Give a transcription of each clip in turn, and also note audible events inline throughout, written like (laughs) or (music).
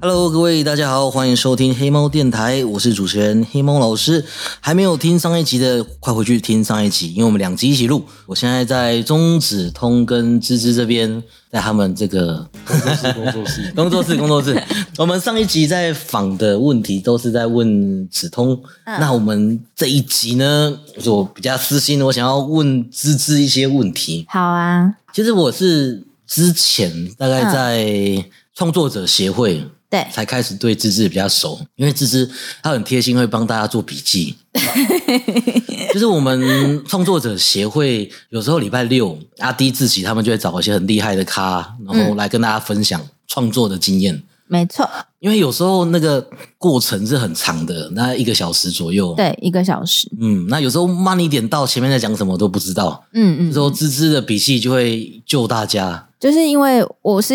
Hello，各位大家好，欢迎收听黑猫电台，我是主持人黑猫老师。还没有听上一集的，快回去听上一集，因为我们两集一起录。我现在在中指通跟芝芝这边，在他们这个工作室工作室，工作室。我们上一集在访的问题都是在问指通，那我们这一集呢，我比较私心，我想要问芝芝一些问题。好啊，其实我是之前大概在创作者协会。对，才开始对芝芝比较熟，因为芝芝她很贴心，会帮大家做笔 (laughs) 记。就是我们创作者协会有时候礼拜六阿迪自己他们就会找一些很厉害的咖，然嗯后来跟大家分享创作的经验。没错，因为有时候那个过程是很长的，那一个小时左右。对，一个小时，嗯，那有时候慢一点到前面在讲什么都不知道，嗯这时嗯，候芝芝的笔记就会救大家。就是因为我是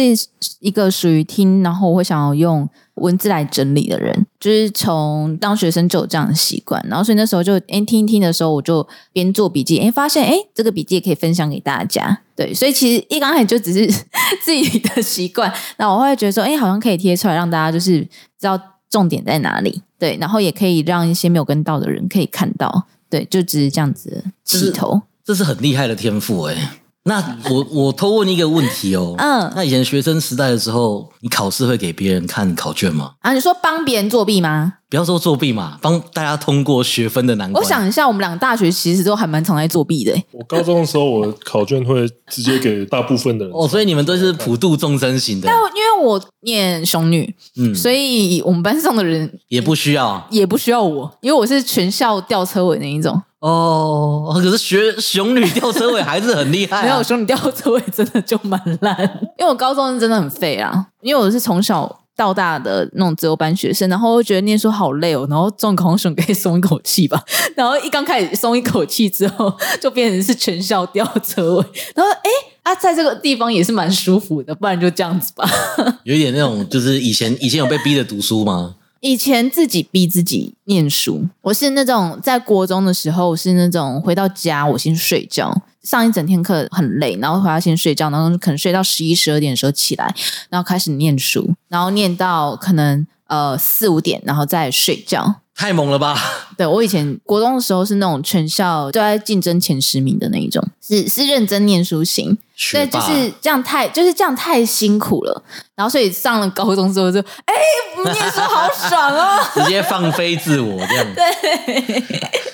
一个属于听，然后我会想要用文字来整理的人，就是从当学生就有这样的习惯，然后所以那时候就哎听一听的时候，我就边做笔记，哎发现哎这个笔记也可以分享给大家，对，所以其实一刚开始就只是 (laughs) 自己的习惯，那我会觉得说，哎好像可以贴出来让大家就是知道重点在哪里，对，然后也可以让一些没有跟到的人可以看到，对，就只是这样子的就是起头。这是很厉害的天赋哎、那我我偷问一个问题哦，嗯那以前学生时代的时候，你考试会给别人看考卷吗？啊，你说帮别人作弊吗？不要说作弊嘛，帮大家通过学分的难关。我想一下，我们两个大学其实都还蛮常在作弊的、欸我高中的时候，我考卷会直接给大部分的人。哦，所以你们都是普度众生型的，因为我念雄女，嗯，所以我们班上的人也不需要也不需要我，因为我是全校吊车尾那一种。哦。可是学熊女吊车尾还是很厉害、啊，没有雄女吊车尾真的就蛮烂，因为我高中是真的很废啊，因为我是从小。到大的那种自由班学生，然后我就觉得念书好累哦，然后中考选可以松一口气吧。 (laughs) 然后一刚开始松一口气之后，就变成是全校吊车尾。然后哎啊，在这个地方也是蛮舒服的，不然就这样子吧。有一点那种就是以前以前有被逼着读书吗？以前自己逼自己念书，我是那种在国中的时候我是那种回到家我先睡觉，上一整天课很累，然后回家先睡觉，然后可能睡到十一十二点的时候起来，然后开始念书，然后念到可能呃四五点，然后再睡觉。太猛了吧！对我以前国中的时候是那种全校都在竞争前十名的那一种，是是认真念书型，学对，就霸是这样太就是这样太辛苦了。然后所以上了高中之后就，哎、念书好爽哦。直接放飞自我这 (laughs) 样。对，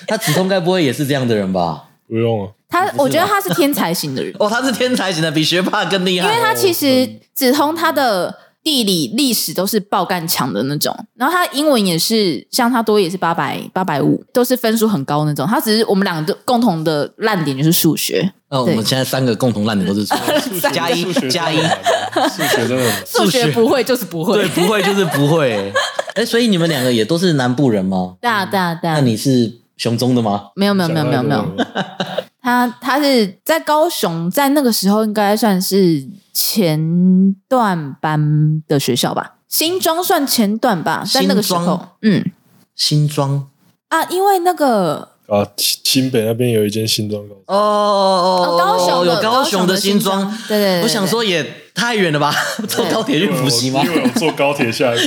那子通该不会也是这样的人吧？，不用啊，他，我觉得他是天才型的人 (laughs) 哦，他是天才型的，比学霸更厉害。哦因为他其嗯实子通他的地理、历史都是爆干强的那种，然后他英文也是，像他多也是八百八百五，都是分数很高那种。他只是我们两个都共同的烂点就是数学，哦，我对们现在三个共同烂点 (laughs) 都是错，数学加一数学加一真的很 (laughs) 难数啊学真的很难。数数学学不会就是不 (laughs) 对，会。不会就是不会。哎，所以你们两个也都是南部人吗？对啊，对啊，对嗯那啊，你是熊中的吗？没有没有没有没有没有，想到他他是在高雄，在那个时候应该算是前段班的学校吧，新庄算前段吧，在那个时新庄候，嗯新庄啊，因为那个这个啊，新新北那边有一间新庄高中，哦哦哦，高雄有的高雄的新庄。对对对，对我想说也太远了吧， (laughs) 坐高铁去补习吗因？为我坐高铁下 (laughs) 来补习。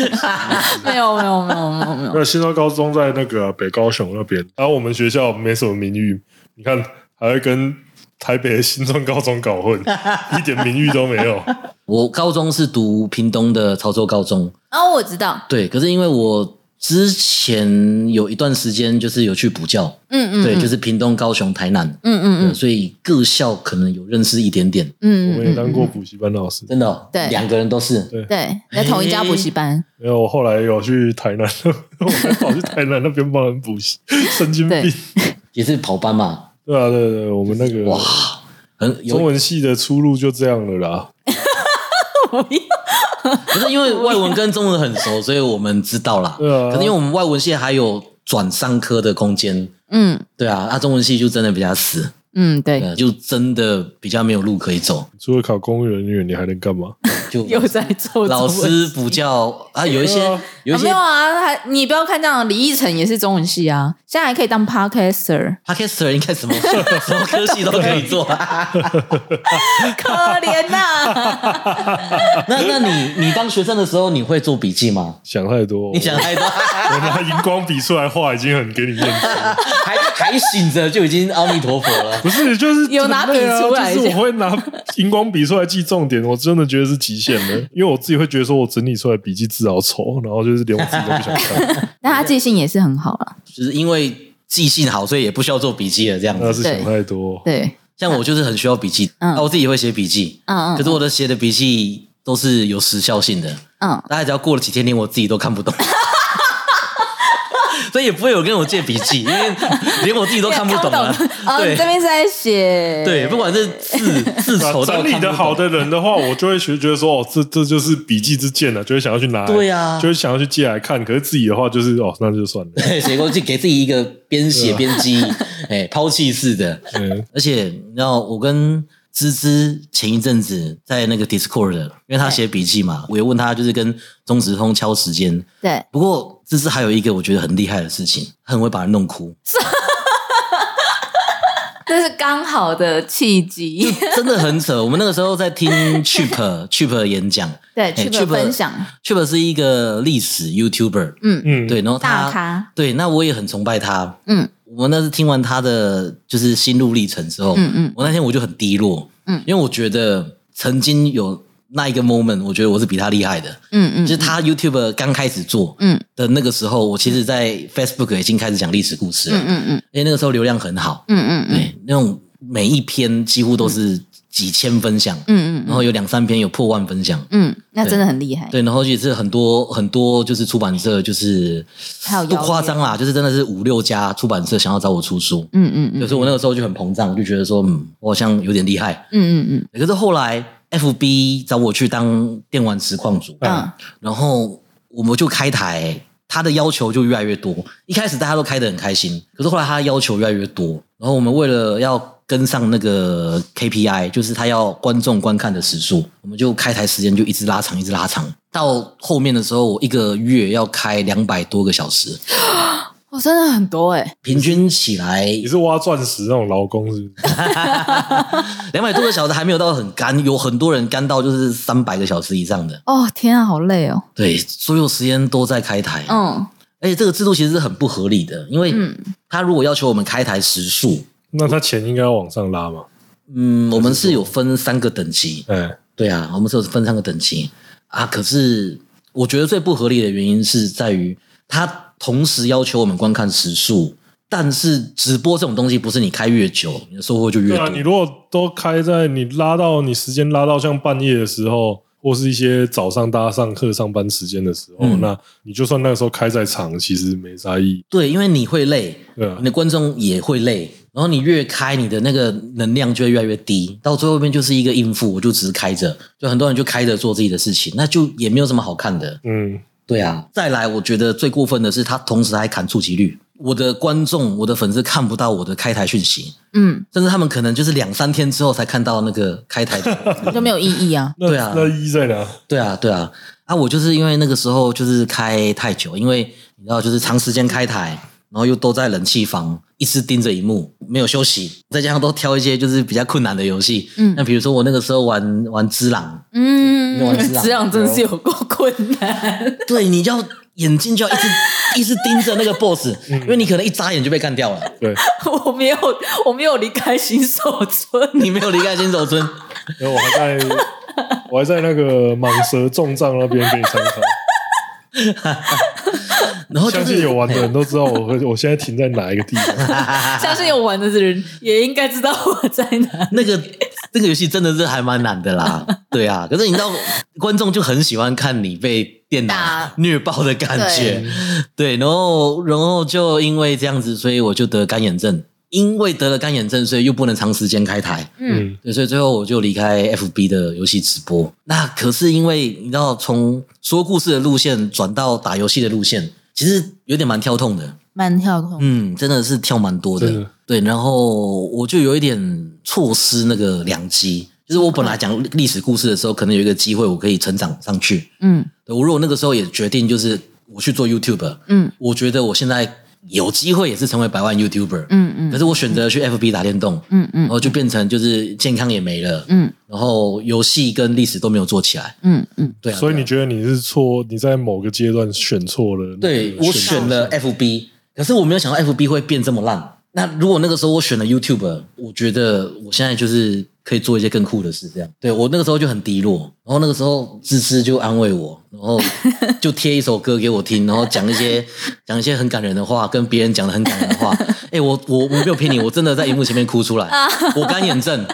对没有没有没有没有没有，那新庄高中在那个北高雄那边，然后我们学校没什么名誉，你看还会跟台北的新庄高中搞混，一点名誉都没 (laughs) 有。我高中是读屏东的潮州高中，然后我知道，对，可是因为我之前有一段时间就是有去补教，嗯嗯，对，嗯就是屏东、高雄、台南，嗯嗯对所以各校可能有认识一点点，嗯嗯我也嗯当过补习班老师，真的、哦，对两个人都是，对对，在同一家补习班，没有，我后来有去台南， (laughs) 我才跑去台南那边帮人补习，神经病对。也是跑班嘛，对啊，对对对，我们那个哇，很中有，文系的出路就这样了啦。可是因为外文跟中文很熟，所以我们知道啦。对啊可能因为我们外文系还有转商科的空间，嗯对啊，那中文系就真的比较死，嗯对对，啊，就真的比较没有路可以走。除了考公务人员，你还能干嘛？ (laughs) 就又在做老师补教啊，有一些对啊有一啊、没些有啊，还你不要看这样，李依晨也是中文系啊，现在还可以当 podcaster， podcaster 应该什么 (laughs) 什么科系都可以做。啊可怜呐、那那你你当学生的时候，你会做笔记吗？想太多，你想太多，我我拿荧光笔出来画已经很给你面 (laughs) 子了。还还醒着就已经阿弥陀佛了。不是，就是啊有拿笔出来就是这我样会拿荧光笔出来记重点，我真的觉得是极限 (laughs) 的，因为我自己会觉得说我整理出来笔记字好丑，然后就是连我自己都不 (laughs) 想看，但他记性也是很好啦，就是因为记性好，所以也不需要做笔记了。这样那子，呃是想太多。对，像我就是很需要笔记，嗯啊，我自己也会写笔记，嗯嗯可是我的写的笔记都是有时效性的，嗯，大概只要过了几天，连我自己都看不懂。 (laughs) 所以也不会有人跟我借笔记，因为连我自己都看不懂了。哦，(laughs) 你对这边是在写对，不管是字字那丑到啊整理看的不好懂，的人的话，我就会觉觉得说，哦，这这就是笔记之剑了，啊就会想要去拿来，对啊就会想要去借来看。可是自己的话，就是哦，那就算 (laughs) 了。 (laughs) 对，写过去给自己一个边写啊边记忆，哎，抛弃式的。嗯，而且你知道，我跟芝芝前一阵子在那个 Discord，因为他写笔记嘛，我也问他就是跟钟直通敲时间。对，不过芝芝还有一个我觉得很厉害的事情，她很会把人弄 (laughs) 哭，这是刚好的契机，真的很扯。我们那个时候在听 Chip Chip 演讲对，哎去个 Chip- 分享， ，Chip 是一个历史 YouTuber，嗯，嗯对，然后大他咖，对，那我也很崇拜他。嗯我们那次听完他的就是心路历程之后，嗯嗯，我那天我就很低落，嗯因为我觉得曾经有那一个 moment，我觉得我是比他厉害的。嗯嗯，就是他 YouTube 刚开始做嗯的那个时候，我其实，在 Facebook 已经开始讲历史故事了，嗯嗯嗯因为那个时候流量很好，嗯嗯嗯对，那种每一篇几乎都是几千分享，嗯嗯然后有两三篇有破万分享。嗯，那真的很厉害，对，然后也是很多很多，就是出版社就是还有不邀约夸张啦，就是真的是五六家出版社想要找我出书，嗯嗯嗯就是我那个时候就很膨胀，我就觉得说，嗯，我好像有点厉害。嗯嗯可是后来 FB 找我去当电玩实况主，嗯嗯，然后我们就开台，他的要求就越来越多。一开始大家都开得很开心，可是后来他的要求越来越多，然后我们为了要跟上那个 KPI，就是他要观众观看的时数，我们就开台时间就一直拉长，一直拉长。到后面的时候，我一个月要开两百多个小时，我真的很多哎，平均起来你是挖钻石那种劳工是不是？ (laughs) 两百多个小时还没有到很干，有很多人干到就是三百个小时以上的。哦天啊，好累哦，对，所有时间都在开台，嗯而且这个制度其实是很不合理的，因为嗯他如果要求我们开台时数，那他钱应该要往上拉嘛？嗯，我们是有分三个等级，哎，对啊，我们是有分三个等级啊。可是我觉得最不合理的原因是在于，他同时要求我们观看时数，但是直播这种东西不是你开越久，你的收获就越对多。啊，你如果都开在你拉到你时间拉到像半夜的时候，或是一些早上大家上课上班时间的时候，嗯那你就算那个时候开在长，其实没啥意义。对，因为你会累，对啊你的观众也会累，然后你越开，你的那个能量就会越来越低，到最后面就是一个应付，我就只是开着，就很多人就开着做自己的事情，那就也没有什么好看的。嗯，对啊，再来，我觉得最过分的是，他同时还砍触及率，我的观众、我的粉丝看不到我的开台讯息，嗯， (laughs) 甚至他们可能就是两三天之后才看到那个开台 (laughs) 的。就没有意义啊，那对啊那意义在哪？对啊，对啊，啊，我就是因为那个时候就是开太久，因为你知道，就是长时间开台，然后又都在冷气房，一直盯着荧幕，没有休息，再加上都挑一些就是比较困难的游戏，嗯那比如说我那个时候玩玩《只狼 (laughs) 嗯没有人知道这样真哦是有够困难，》，对，你就要眼睛就要一直一直盯着那个 BOSS，、因嗯为你可能一眨眼就被干掉了，对，我没有我没有离开新手村， (laughs) 你没有离开新手村，然后我还在我还在那个蟒蛇重障那边给你参考。然后就相是 (laughs) 信有玩的人都知道我会我现在停在哪一个地方。相信有玩的人也应该知道我在哪，那个那个游戏真的是还蛮难的啦，对啊。可是你知道，观众就很喜欢看你被电脑打虐爆的感觉，对。然后，然后就因为这样子，所以我就得干眼症。因为得了干眼症，所以又不能长时间开台，嗯对，所以最后我就离开 FB 的游戏直播。那可是因为你知道，从说故事的路线转到打游戏的路线，其实有点蛮跳痛的。慢跳痛，嗯，真的是跳蛮多的，真的对。然后我就有一点错失那个良机，就是我本来讲历史故事的时候，可能有一个机会我可以成长上去。嗯我如果那个时候也决定就是我去做 YouTuber，嗯我觉得我现在有机会也是成为百万 YouTuber，、嗯可嗯是我选择去 FB 打电动，嗯然嗯后就变成就是健康也没了，嗯然后游戏跟历史都没有做起来。嗯嗯，对啊，所以对啊你觉得你是错？你在某个阶段选错了那个对选？我选了 FB，可是我没有想到 FB 会变这么烂。那如果那个时候我选了 YouTube，我觉得我现在就是可以做一些更酷的事。这样，对我那个时候就很低落，然后那个时候芝芝就安慰我，然后就贴一首歌给我听，然后讲一些讲一些很感人的话，跟别人讲的很感人的话。哎、我我我没有骗你，我真的在荧幕前面哭出来，我干眼症，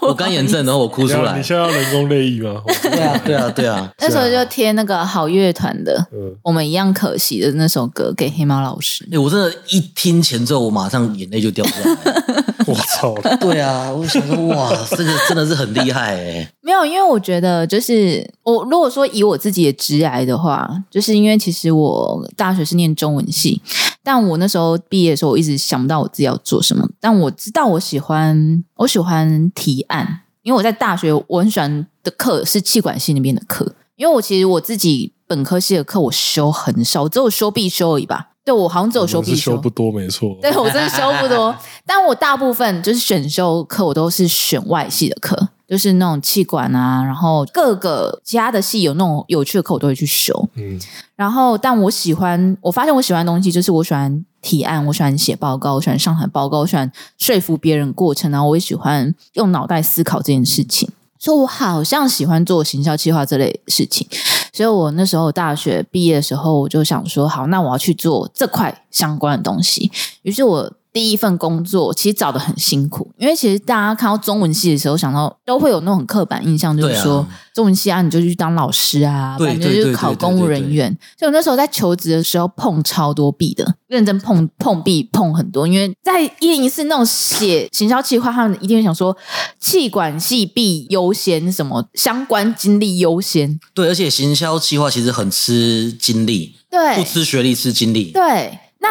我干眼症，然后我哭你出要来啊你。现在要人工 (laughs) 泪液吗？对啊，对啊，对啊。那时候就贴那个好乐团的嗯《我们一样可惜》的那首歌给黑猫老师哎、。我真的，一听前奏，我马上眼泪就掉下来了。我 (laughs) 操！ (laughs) 对啊，我想说，哇，这个真的是很厉害哎、没有，因为我觉得就是我如果说以我自己的职涯的话，就是因为其实我大学是念中文系，但我那时候毕业的时候，我一直想不到我自己要做什么，但我知道我喜欢我喜欢提案，因为我在大学我很喜欢的课是气管系那边的课，因为我其实我自己本科系的课我修很少，我只有修必修而已吧。对，我好像只有修我必是修，修不多，没错。 (laughs) 对我真的修不多，但我大部分就是选修课，我都是选外系的课，就是那种气管啊，然后各个其他的系有那种有趣的课，我都会去修。嗯，然后，但我喜欢，我发现我喜欢的东西就是我喜欢提案，我喜欢写报告，我喜欢上台报告，我喜欢说服别人过程，然后我也喜欢用脑袋思考这件事情。所以我好像喜欢做行销计划这类事情，所以我那时候大学毕业的时候，我就想说，好，那我要去做这块相关的东西。于是我第一份工作其实找的很辛苦，因为其实大家看到中文系的时候，想到都会有那种刻板印象，就是对啊说、中文系啊，你就去当老师啊，对反正对就对是考对对公务对人对员。所以我那时候在求职的时候碰超多壁的，认真碰碰壁碰很多，因为在一零一四那种写行销计划，他们一定会想说气管系必优先，什么相关经历优先，对，而且行销计划其实很吃精力，不对吃学历，吃精力。对，那。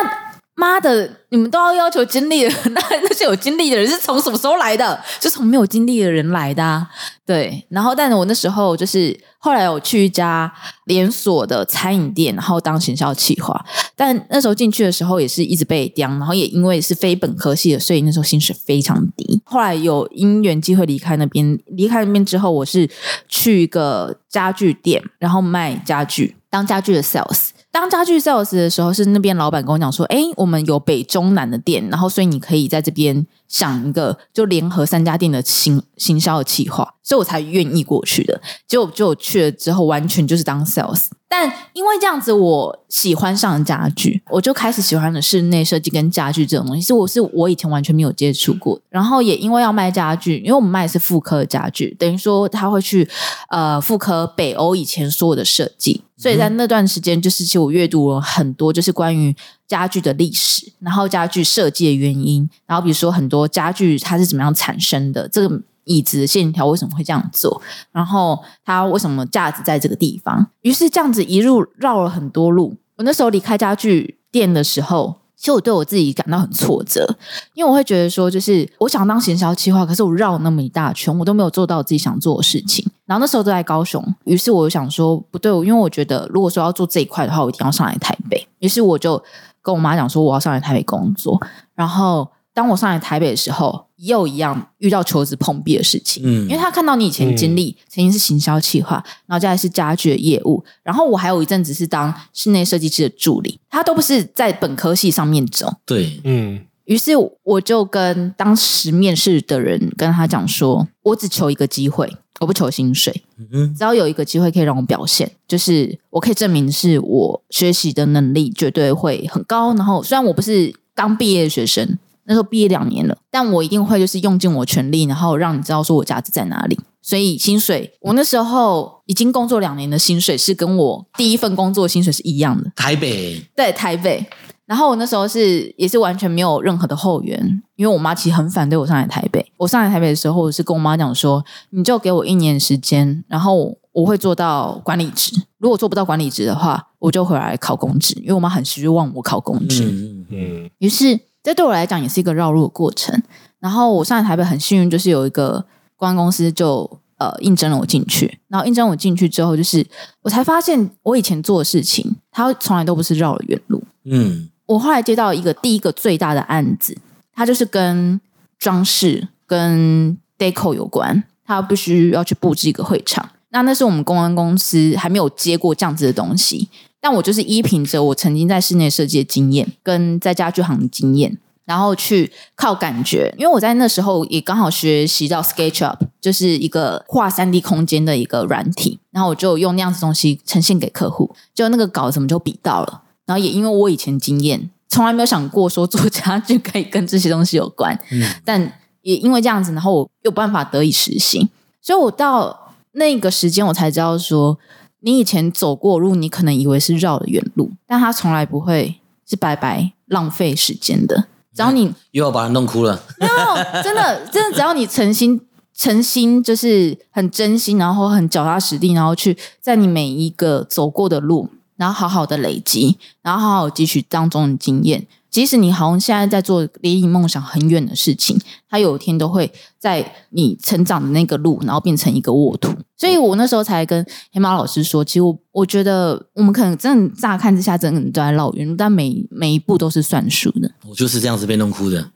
妈的！你们都要要求经历了，那那些有经历的人是从什么时候来的？就从没有经历的人来的、啊。对，然后但是我那时候就是后来我去一家连锁的餐饮店，然后当行销企划，但那时候进去的时候也是一直被刁，然后也因为是非本科系的，所以那时候薪水非常低。后来有因缘机会离开那边，离开那边之后，我是去一个家具店，然后卖家具，当家具的 sales。当家具 sales 的时候，是那边老板跟我讲说：“哎，我们有北中南的店，然后所以你可以在这边想一个就联合三家店的行行销的企划。”所以我才愿意过去的。结果就我去了之后，完全就是当 sales。但因为这样子，我喜欢上了家具，我就开始喜欢了室内设计跟家具这种东西，是我是我以前完全没有接触过的。然后也因为要卖家具，因为我们卖的是妇科的家具，等于说他会去呃妇科北欧以前所有的设计，所以在那段时间，就是其实我阅读了很多就是关于家具的历史，然后家具设计的原因，然后比如说很多家具它是怎么样产生的，这个椅子的线条为什么会这样做，然后它为什么价值在这个地方？于是这样子一路绕了很多路。我那时候离开家具店的时候，其实我对我自己感到很挫折，因为我会觉得说，就是我想当行销企划，可是我绕那么一大圈，我都没有做到我自己想做的事情。然后那时候都在高雄，于是我想说不对，因为我觉得如果说要做这一块的话，我一定要上来台北。于是我就跟我妈讲说，我要上来台北工作。然后当我上来台北的时候，又一样遇到求职碰壁的事情。嗯因为他看到你以前经历，曾经是行销企划，然后接下来是家具的业务，然后我还有一阵子是当室内设计师的助理，他都不是在本科系上面走。对，嗯，于是我就跟当时面试的人跟他讲说，我只求一个机会，我不求薪水，嗯，只要有一个机会可以让我表现，就是我可以证明是我学习的能力绝对会很高。然后虽然我不是刚毕业的学生，那时候毕业两年了，但我一定会就是用尽我全力，然后让你知道说我价值在哪里。所以薪水，我那时候已经工作两年的薪水是跟我第一份工作的薪水是一样的。台北，对，台北。然后我那时候是也是完全没有任何的后援，因为我妈其实很反对我上来台北。我上来台北的时候，我是跟我妈讲说，你就给我一年时间，然后我会做到管理职。如果做不到管理职的话，我就回来考公职，因为我妈很希望我考公职。嗯，嗯嗯，于是这对我来讲也是一个绕路的过程。然后我上来台北很幸运，就是有一个公关公司就呃应征了我进去。然后应征我进去之后，就是我才发现我以前做的事情，它从来都不是绕了远路。嗯我后来接到一个第一个最大的案子，它就是跟装饰跟 deco 有关，它必须要去布置一个会场。那那是我们公关公司还没有接过这样子的东西，但我就是依凭着我曾经在室内设计的经验跟在家具行的经验，然后去靠感觉，因为我在那时候也刚好学习到 SketchUp，就是一个画三 D 空间的一个软体，然后我就用那样子东西呈现给客户，就那个稿怎么就比到了。然后也因为我以前经验，从来没有想过说做家 (laughs) 具可以跟这些东西有关，嗯，但也因为这样子，然后我有办法得以实行。所以我到那个时间，我才知道说，你以前走过路，你可能以为是绕了远路，但它从来不会是白白浪费时间的。只要你又要把他弄哭了。哦，真的，真的，只要你诚心、诚心，就是很真心，然后很脚踏实地，然后去在你每一个走过的路，然后好好的累积，然后好好汲取当中的经验。即使你好像现在在做离你梦想很远的事情，它有一天都会在你成长的那个路，然后变成一个沃土。所以我那时候才跟黑马老师说，其实我我觉得我们可能真的乍看之下，真的都在绕远路，但每每一步都是算数的。我就是这样子被弄哭 (laughs) 的。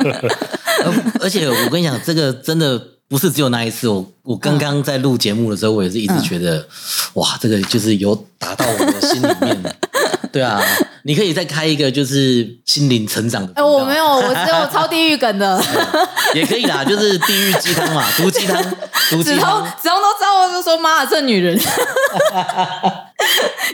而而且我跟你讲，这个真的不是只有那一次。我我刚刚在录节目的时候，我也是嗯一直觉得，哇，这个就是有打到我的心里面 (laughs) 的。对啊，你可以再开一个就是心灵成长的频哎、道。我没有，我只有超地狱梗的。也可以啦，就是地狱鸡汤嘛，毒鸡汤，毒鸡子通汤。子通都知道，我就说妈的，这女 (laughs) 人，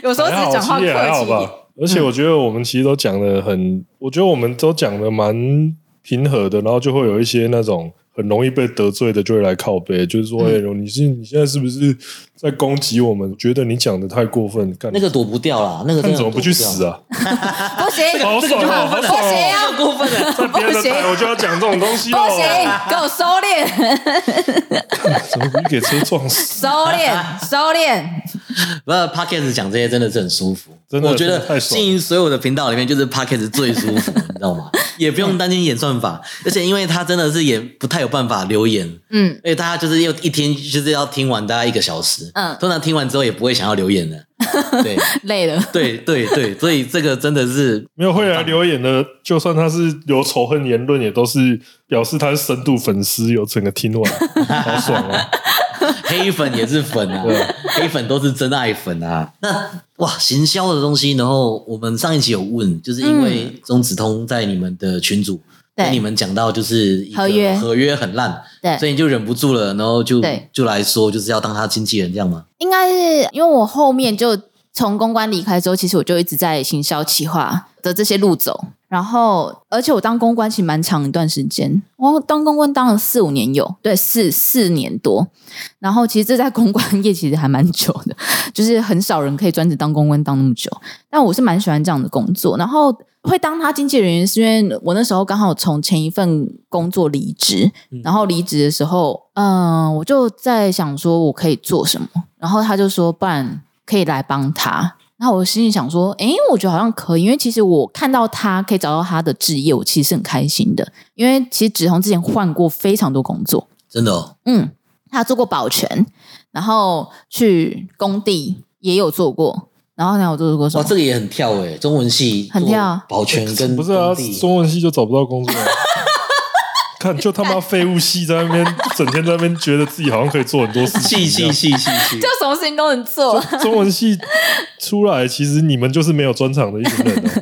有时候只还是好，讲话其实也还客好气一点吧。。而且我觉得我们其实都讲的很，我觉得我们都讲的蛮平和的，然后就会有一些那种很容易被得罪的就会来靠背，就是说，嗯哎、你是你现在是不是在攻击我们？觉得你讲的太过分，干那个躲不掉啦，那个真看的怎么不躲去掉死？啊？不行，好这个爽就哦，很好分爽不行哦！太过分了，在 (laughs) 别的台我就要讲这种东西不行哦，，给我收敛，怎么不给车 (laughs) 撞死？收敛，收敛。不是 p o c k e t 讲这些真的是很舒服，真的我觉真的太得爽经营所有的频道里面，就是 p o c k e t 最舒服，你知道吗？也不用担心演算法，而且因为他真的是也不太有办法留言，嗯，而且大家就是要一天就是要听完大概一个小时，嗯通常听完之后也不会想要留言的，对累了。对对对，所以这个真的是没有会来留言的，就算他是有仇恨言论，也都是表示他是深度粉丝，有整个听完，好爽哦！黑粉也是粉啊，黑粉都是真爱粉啊。那哇，行销的东西，然后我们上一期有问，就是因为钟子通在你们的群组。嗯对跟你们讲到就是一个合约合约很烂，对所以你就忍不住了，然后就对就来说就是要当他经纪人这样吗？应该是因为我后面就从公关离开之后，其实我就一直在行销企划的这些路走。然后，而且我当公关其实蛮长一段时间，我当公关当了四五年有，对，四四年多。然后其实这在公关业其实还蛮久的，就是很少人可以专职当公关当那么久。但我是蛮喜欢这样的工作，然后会当他经纪人，是因为我那时候刚好从前一份工作离职，然后离职的时候，嗯、我就在想说我可以做什么，然后他就说，不然可以来帮他。然后我心里想说，诶，我觉得好像可以，因为其实我看到他可以找到他的置业，我其实是很开心的。因为其实子彤之前换过非常多工作，真的哦，嗯，他做过保全，然后去工地也有做过，然后还有做过什哇，哦么？这个也很跳诶、中文系很跳啊做保全跟不是啊工地，中文系就找不到工作、啊。 (laughs) 看，就他妈废物系在那边，整天在那边觉得自己好像可以做很多事情系一系样。系系系 (laughs) 就，什么事情都能做，中文系出来，其实你们就是没有专长的一群人、啊。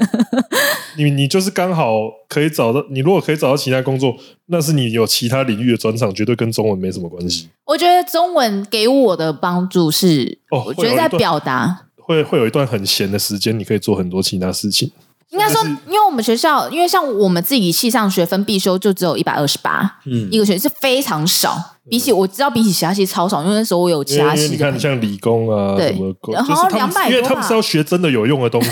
你你就是刚好可以找到，你如果可以找到其他工作，那是你有其他领域的专长，绝对跟中文没什么关系。我觉得中文给我的帮助是，哦我觉得在表达，会会有一段很闲的时间，你可以做很多其他事情。应该说，因为我们学校，因为像我们自己系上学分必修就只有一百二十八，嗯一个学期是非常少，比起我知道比起其他系超少，因为那时候我有其因为他因为系你的朋看，友。像理工啊，对什么工，然就后是他们200，因为多他们是吧要学真的有用的东西，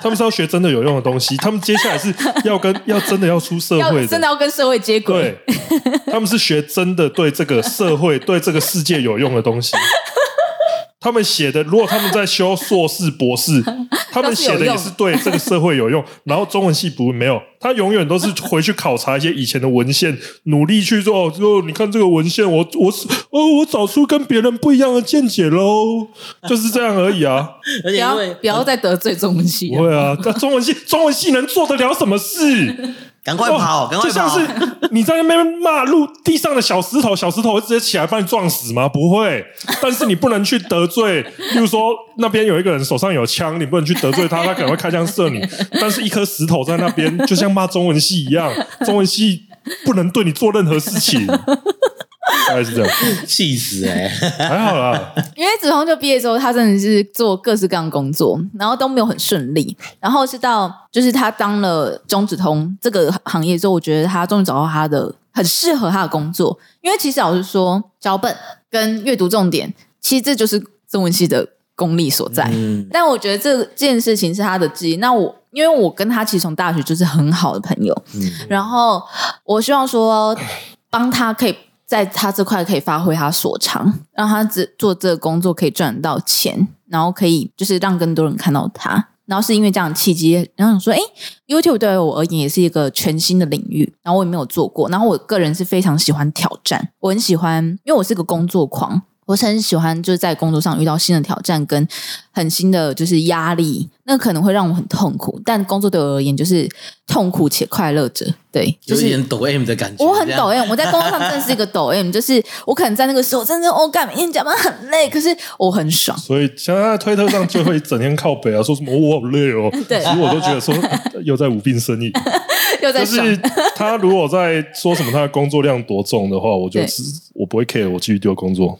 他们是要学真的有用的东西，他们接下来是要跟要真的要出社要会真的要跟社会接轨，对，他们是学真的对这个社会、对这个世界有用的东西。他们写的，如果他们在修硕士、博士，他们写的也是对这个社会有用。然后中文系不没有，他永远都是回去考察一些以前的文献，努力去做。之后你看这个文献，我我哦，我找出跟别人不一样的见解喽，就是这样而已啊。而不且因要为不要再得罪中文系不了，会啊，那中文系中文系能做得了什么事？赶快跑，赶哦快就像跑！是你在那边骂路地上的小石头，小石头会直接起来把你撞死吗？不会，但是你不能去得罪， (laughs) 例如说那边有一个人手上有枪，你不能去得罪他，他可能会开枪射你。但是一颗石头在那边，就像骂中文系一 (laughs) 样，中文系不能对你做任何事情。大概是这样，气死哎、还好啦。因为子彤就毕业之后，他真的是做各式各样的工作，然后都没有很顺利。然后是到就是他当了中子通这个行业之后，我觉得他终于找到他的很适合他的工作。因为其实老实说，脚本跟阅读重点，其实这就是中文系的功力所在。嗯， (laughs) 但我觉得这件事情是他的记忆。那我因为我跟他其实从大学就是很好的朋友，然后我希望说帮他可以在他这块可以发挥他所长，让他只做这个工作可以赚到钱，然后可以就是让更多人看到他。然后是因为这样的契机，然后想说，哎，YouTube 对我而言也是一个全新的领域，然后我也没有做过，然后我个人是非常喜欢挑战，我很喜欢，因为我是个工作狂，我是很喜欢就是在工作上遇到新的挑战跟很新的就是压力，那可能会让我很痛苦，但工作对我而言就是痛苦且快乐着，对，就有一是点抖 M 的感觉。我很这样抖 M，我在工作上真的是一个抖 M，就是我可能在那个时候真的我干，因为加班很累，可是我很爽。所以现在在推特上就会整天靠北啊，说什么、哦我好 (laughs) 累哦。对其实我都觉得说又在无病呻吟。又在就爽，是他如果在说什么他的工作量多重的话，我就对只我不会 care，我继续丢 (laughs) 工作。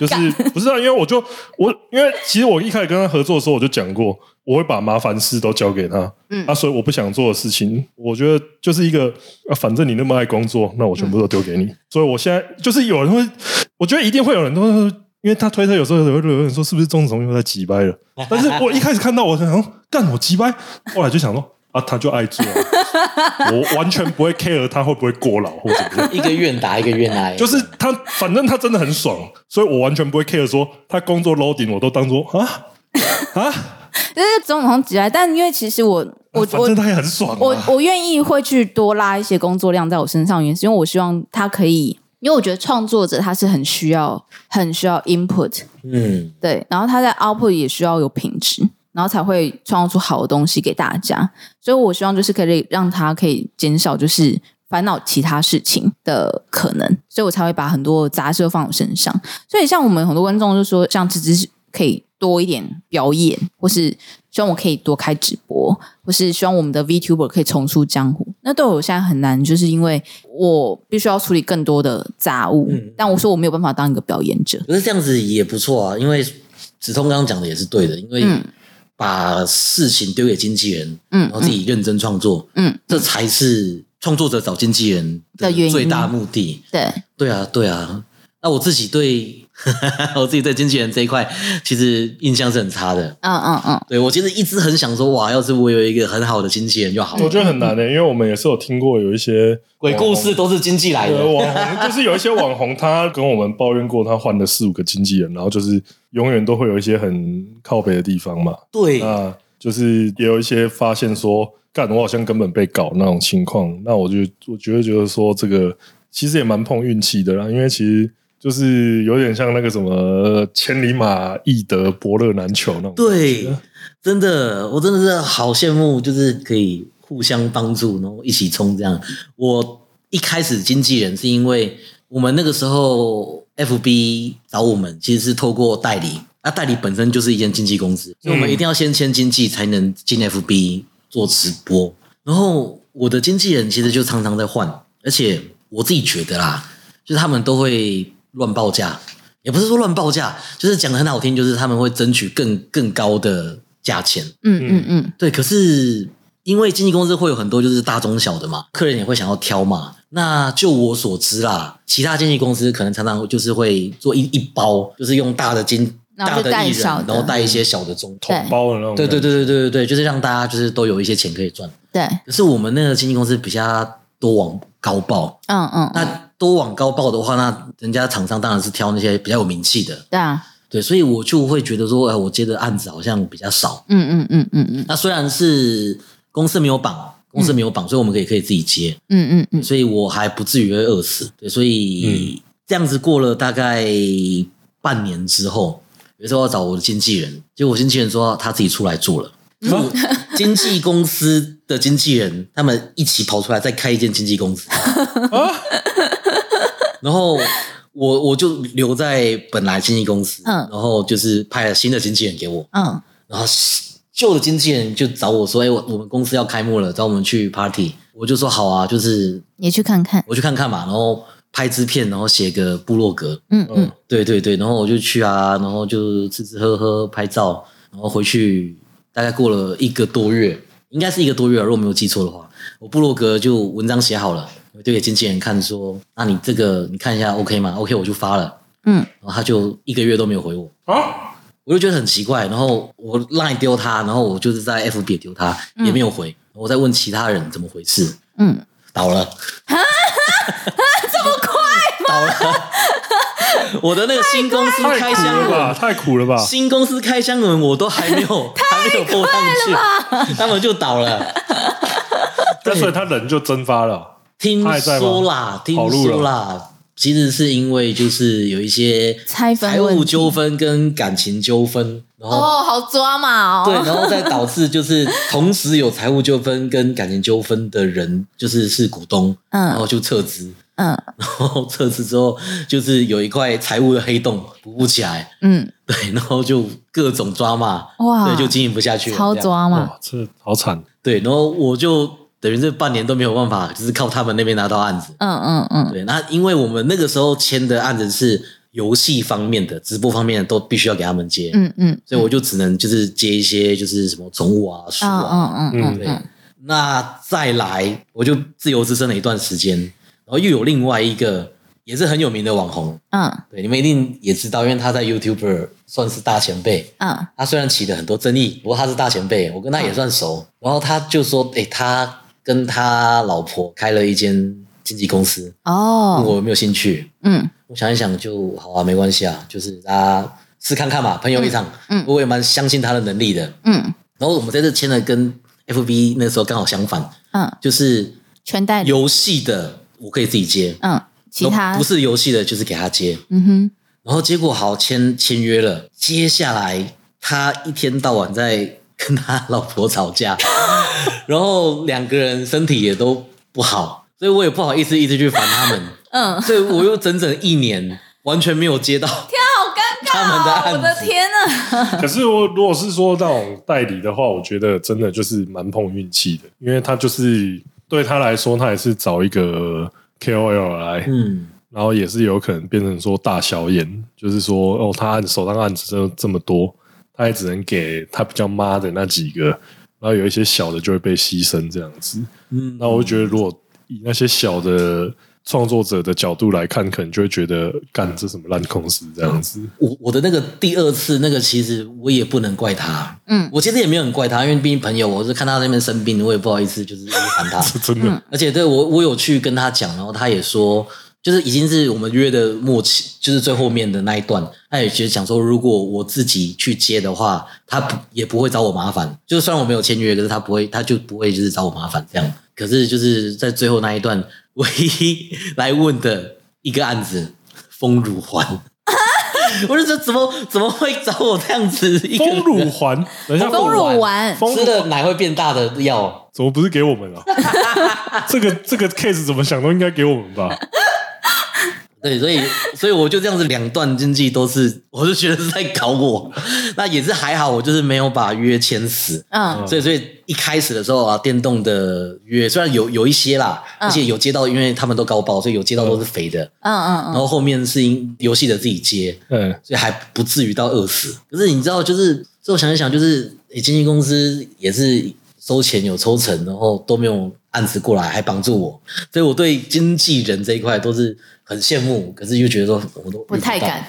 就是不是啊？因为我就我因为其实我一开始跟他合作的时候，我就讲过，我会把麻烦事都交给他。嗯啊，所以我不想做的事情，我觉得就是一个，啊、反正你那么爱工作，那我全嗯部都丢给你。所以我现在就是有人会，我觉得一定会有人都会，因为他推特有时候有人会有人说是不是钟子彤又在挤掰了？但是我一开始看到我想说干我挤掰，后来就想说啊，他就爱做啊、我完全不会 care 他会不会过劳或 (laughs) 怎么样，一个愿打一个愿挨，啊就是他反正他真的很爽，所以我完全不会 care 说他工作 loading 我都当做啊啊，就是总统起来，但因为其实我我反我正他也很爽、啊，我我愿意会去多拉一些工作量在我身上，原因是因为我希望他可以，因为我觉得创作者他是很需要很需要 input，嗯，对，然后他在 output 也需要有品质，然后才会创造出好的东西给大家。所以我希望就是可以让他可以减少就是烦恼其他事情的可能，所以我才会把很多杂事都放我身上。所以像我们很多观众就说，像芝芝可以多一点表演，或是希望我可以多开直播，或是希望我们的 VTuber 可以重出江湖。那对我现在很难，就是因为我必须要处理更多的杂物，嗯但我说我没有办法当一个表演者。可是这样子也不错啊，因为子通刚刚讲的也是对的，因为嗯把事情丢给经纪人，嗯然后自己认真创作，嗯，这才是创作者找经纪人的原因最大目的。对。对啊，对啊。那我自己对 (laughs) 我自己对经纪人这一块，其实印象是很差的。嗯嗯嗯，对我其实一直很想说，哇，要是我有一个很好的经纪人就好我了。觉得很难的、欸因为我们也是有听过有一些鬼故事都是经纪来呃，的，网红就是有一些网红，他跟我们抱怨过，他换了四五个经纪人，然后就是永远都会有一些很靠北的地方嘛。对，那就是也有一些发现说，干我好像根本被搞那种情况，那我就我觉得觉得说这个其实也蛮碰运气的啦，因为其实就是有点像那个什么呃千里马易得，伯乐难求那种。对，真的，我真的是好羡慕，就是可以互相帮助，然后一起冲这样。我一开始经纪人是因为我们那个时候 FB 找我们，其实是透过代理，那、代理本身就是一间经纪公司，所以我们一定要先签经纪才能进 FB 做直播。然后我的经纪人其实就常常在换，而且我自己觉得啦，就是他们都会乱报价，也不是说乱报价，就是讲的很好听，就是他们会争取更更高的价钱。嗯嗯嗯，对，可是因为经纪公司会有很多就是大中小的嘛，客人也会想要挑嘛。那就我所知啦，其他经纪公司可能常常就是会做一一包，就是用大的经然大后就的带艺人，小的然后带一些小的中对头。统包的那种。对对，对对对对对，就是让大家就是都有一些钱可以赚。对，可是我们那个经纪公司比较多往高报，嗯嗯，那多往高报的话，那人家厂商当然是挑那些比较有名气的。对啊，对，所以我就会觉得说，哎、我接的案子好像比较少。嗯嗯嗯嗯嗯那虽然是公司没有绑，公司没有绑，所以我们可以可以自己接，嗯嗯嗯，所以我还不至于会饿死。对，所以、这样子过了大概半年之后，有时候要找我的经纪人，结果我经纪人说他自己出来做了。嗯就是经纪公司的经纪人，他们一起跑出来再开一间经纪公 (laughs) 司，啊然后我我就留在本来经纪公司，嗯然后就是派了新的经纪人给我，嗯然后旧的经纪人就找我说：“哎、我我们公司要开幕了，找我们去 party。”我就说：“好啊，就是也去看看，我去看看嘛。”然后拍支片，然后写个部落格，嗯嗯嗯对对对，然后我就去啊，然后就吃吃喝喝拍照，然后回去大概过了一个多月，应该是一个多月啊，如果没有记错的话，我部落格就文章写好了，我就给经纪人看说：“那你这个你看一下 OK 吗？OK 我就发了。”嗯，然后他就一个月都没有回我。啊，我就觉得很奇怪，然后我 line 丢他，然后我就是在 FB 也丢他，也没有回。我在问其他人怎么回事，嗯，倒了，这么快吗？倒了，我的那个新公司太开苦箱了吧，文，太苦了吧，新公司开箱文我都还没 (laughs) 有还没有播上去，他们就倒了。但所以他人就蒸发了，听他还在吗说啦，听跑路说啦，其实是因为就是有一些拆分财务问题纠纷跟感情纠纷，然后哦，好抓嘛对，哦，然后再导致就是同时有财务纠纷跟感情纠纷的人， (laughs) 就是是股东，嗯然后就撤资， (laughs) 嗯然后撤资之后就是有一块财务的黑洞补不起来， (laughs) 嗯，对，然后就各种抓嘛，哇对，就经营不下去了，超这样，哦抓嘛，哇，这好惨，对，然后我就等于这半年都没有办法，就是靠他们那边拿到案子，嗯嗯嗯，对，那因为我们那个时候签的案子是游戏方面的、直播方面的都必须要给他们接，嗯嗯所以我就只能就是接一些就是什么宠物啊、书嗯啊。嗯嗯嗯对嗯，，那再来我就自由之身了一段时间，然后又有另外一个也是很有名的网红，嗯对你们一定也知道，因为他在 YouTuber 算是大前辈。嗯他虽然起了很多争议，不过他是大前辈，我跟他也算熟。然后他就嗯说：“诶，他跟他老婆开了一间经纪公司，问哦，我有没有兴趣？”嗯我想一想就好啊，没关系啊，就是他试看看嘛，朋友一场。嗯嗯我也蛮相信他的能力的。嗯然后我们在这签了跟 FB 那时候刚好相反，嗯，就是全带游戏的我可以自己接，嗯，其然他后不是游戏的，就是给他接。嗯哼，然后结果好签签约了，接下来他一天到晚在跟他老婆吵 (laughs) 架，然后两个人身体也都不好，所以我也不好意思一直去烦他们，嗯，所以我又整整一年完全没有接到啊好尴他们 (laughs) 的案子尬，啊我的天呐， (laughs) 可是我如果是说那种代理的话，我觉得真的就是蛮碰运气的，因为他就是对他来说，他也是找一个 KOL 来，嗯，然后也是有可能变成说大小眼，就是说哦，他按手上案子真的这么多，他也只能给他比较妈的那几个，然后有一些小的就会被牺牲这样子。嗯那我就觉得，如果以那些小的创作者的角度来看，可能就会觉得干这什么烂公司这样子。我我的那个第二次那个，其实我也不能怪他， (laughs) 嗯 (laughs) 我其实也没有很怪他，因为毕竟朋友，我是看他那边生病，我也不好意思就是一直 (laughs) 烦他。这真的， (laughs) 而且对我我有去跟他讲，然后他也说，就是已经是我们约的末期，就是最后面的那一段，他也觉得讲说，如果我自己去接的话，他不也不会找我麻烦。就算我没有签约，可是他不会，他就不会就是找我麻烦这样。可是就是在最后那一段，唯一来问的一个案子，丰乳环。 (laughs) 我就说怎么怎么会找我这样子一个丰人乳环，等一下丰乳丸，丰吃了奶会变大的药？怎么不是给我 (laughs) 们啊？这个这个 case 怎么想都应该给我们吧？对，所以所以我就这样子两段经济都是，我就觉得是在搞我。那也是还好，我就是没有把约签死。嗯所以所以一开始的时候啊，电动的约虽然有有一些啦，嗯而且有接到，因为他们都高爆，所以有接到都是肥的。嗯嗯然嗯，后后面是因游戏的自己接，嗯，所以还不至于到饿死。可是你知道，就是最后想一想，就是诶经纪公司也是收钱有抽成，然后都没有案子过来，还绑住我，所以我对经纪人这一块都是很羡慕，可是又觉得说我都遇不太到敢，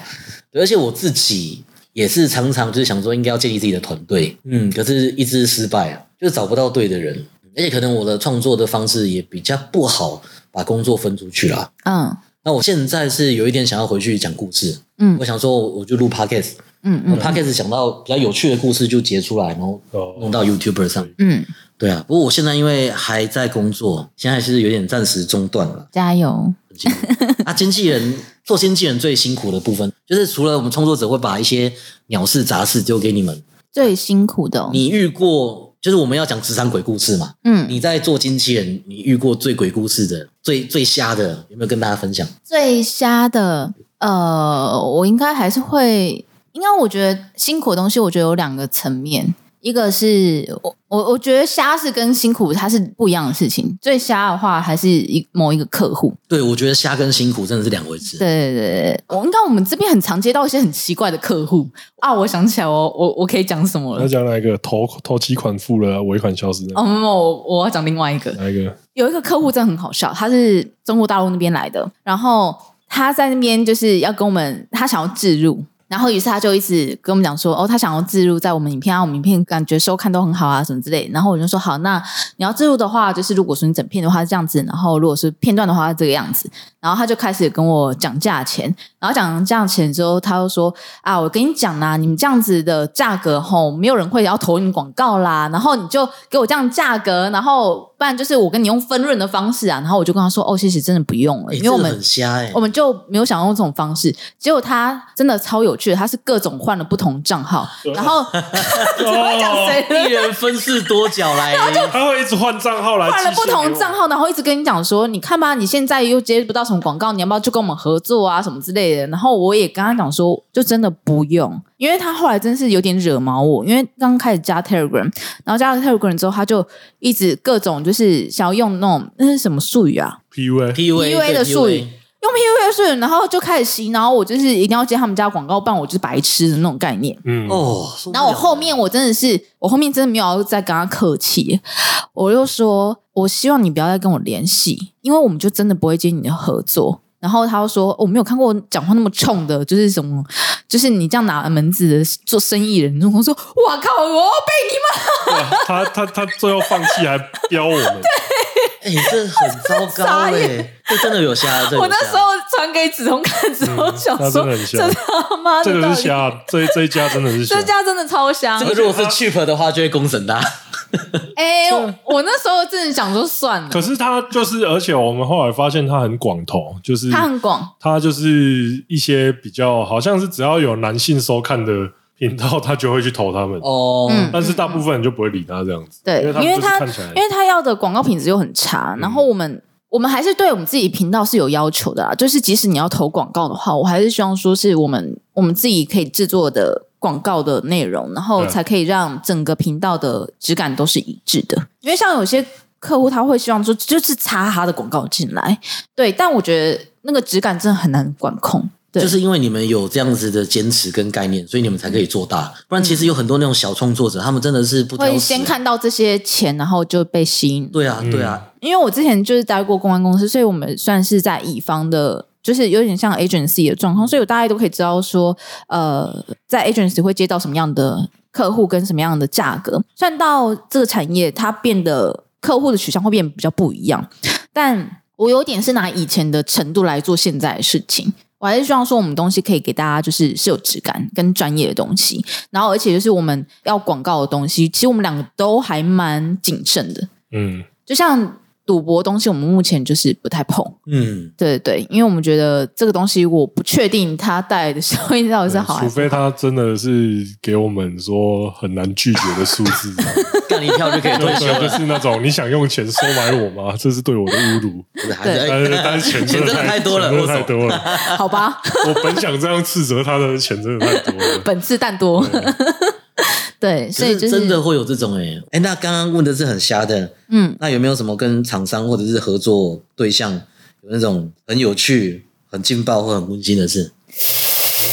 对而且我自己也是常常就是想说应该要建立自己的团队，嗯，可是一直失败啊，就是找不到对的人，而且可能我的创作的方式也比较不好把工作分出去啦，嗯那我现在是有一点想要回去讲故事，嗯我想说我就录 podcast，嗯那嗯 p o d c a s 想到比较有趣的故事就截出来，然后哦弄到 YouTuber 上。嗯，对啊，不过我现在因为还在工作，现在还是有点暂时中断了。加油！很辛 (laughs) 苦那经纪人做经纪人最辛苦的部分，就是除了我们创作者会把一些鸟事杂事丢给你们，最辛苦的、哦，你遇过就是我们要讲职场鬼故事嘛？嗯，你在做经纪人，你遇过最鬼故事的、最最瞎的，有没有跟大家分享？最瞎的，呃，我应该还是会，应该我觉得辛苦的东西，我觉得有两个层面，一个是我我我觉得瞎是跟辛苦它是不一样的事情，最瞎的话还是一某一个客户，对，我觉得瞎跟辛苦真的是两回事。对对对对，我应该我们这边很常接到一些很奇怪的客户啊，我想起来我我我可以讲什么要了。讲哪一个？头头期款付了，尾款消失的哦，没有，我我要讲另外一个。哪一个？有一个客户真的很好笑，他是中国大陆那边来的，然后他在那边就是要跟我们，他想要置入，然后于是他就一直跟我们讲说，哦，他想要置入在我们影片啊，我们影片感觉收看都很好啊，什么之类的。然后我就说，好，那你要置入的话，就是如果说你整片的话是这样子，然后如果是片段的话是这个样子，然后他就开始跟我讲价钱，然后讲价钱之后，他又说啊，我跟你讲啦、你们这样子的价格吼，没有人会要投你们广告啦，然后你就给我这样价格，然后不然就是我跟你用分润的方式啊，然后我就跟他说哦，谢谢，真的不欸用了，诶因为我这个们很瞎哎、我们就没有想用这种方式，结果他真的超有趣的，他是各种换了不同账号，(laughs) 然后怎么会讲谁呢？一人分饰多角 (laughs) 来，他会一直哦换账号来，换了不同账。号，然后一直跟你讲说，你看吧，你现在又接不到什么广告，你要不要就跟我们合作啊，什么之类的。然后我也跟他讲说，就真的不用，因为他后来真是有点惹毛我，因为刚开始加 Telegram，然后加了 Telegram 之后，他就一直各种就是想要用那种那是什么术语啊， PUA PUA 对 PUA 的术语 PUA 用 PUA 术语，然后就开始洗脑我，就是一定要接他们家广告，不然我就是白痴的那种概念。嗯，哦。受不了然后我后面我真的是，我后面真的没有要再跟他客气，我就说，我希望你不要再跟我联系，因为我们就真的不会接你的合作。然后他就说，哦我、没有看过讲话那么冲的，就是什么，就是你这样拿门子的做生意人。然后我说，哇靠，我要被他他他最后放弃还飙我们，哎、这 (laughs) 很糟糕哎、傻这真的有瞎，这有瞎欸 (laughs) 我那时候传给子彤看之后，嗯想那说真的很，这像 (laughs) 他妈这的个到是底，瞎，这这一家真的是瞎这。家真的超香这。个如果是 cheap 的话，就会公审他。哎、我我那时候真的想说算了可，是他就是，而且我们后来发现他很广投，就是他很广，他就是一些比较好像是只要有男性收看的频道，他就会去投他们。哦，嗯但是大部分人就不会理他这样子，对，因因为他他们就是看起因来为他要的广告品质又很差，然嗯后我们。我们还是对我们自己频道是有要求的啦，就是即使你要投广告的话，我还是希望说是我们我们自己可以制作的广告的内容，然后嗯才可以让整个频道的质感都是一致的。因为像有些客户他会希望说就是插他的广告进来，对，但我觉得那个质感真的很难管控。对，就是因为你们有这样子的坚持跟概念，所以你们才可以做大。不然其实有很多那种小创作者，他们真的是不挑嗯会食。先看到这些钱，然后就被吸引对啊，对啊，因为我之前就是待过公关公司，所以我们算是在乙方的，就是有点像 agency 的状况，所以我大概都可以知道说，呃，在 agency 会接到什么样的客户跟什么样的价格。虽然到这个产业，它变得客户的取向会变得比较不一样，但我有点是拿以前的程度来做现在的事情。我还是希望说，我们东西可以给大家就是是有质感跟专业的东西，然后而且就是我们要广告的东西，其实我们两个都还蛮谨慎的。嗯，就像赌博东西，我们目前就是不太碰。嗯，对对对，因为我们觉得这个东西，我不确定它带来的效应到底是好啊还除是不好非他真的是给我们说很难拒绝的数字， (laughs) 干一票就可以退休对，就了。是那种你想用钱收买我吗？这是对我的侮辱。不是还是但是但哎是 (laughs) 钱钱真的真的太多了，钱真我的太走。多了。好吧？ (laughs) 我本想这样斥责他的钱真的太多了。本次蛋多， (laughs) 对，所以可就是是真的会有这种哎、哎、那刚刚问的是很瞎的，嗯，那有没有什么跟厂商或者是合作对象有那种很有趣、很劲爆或很温馨的事？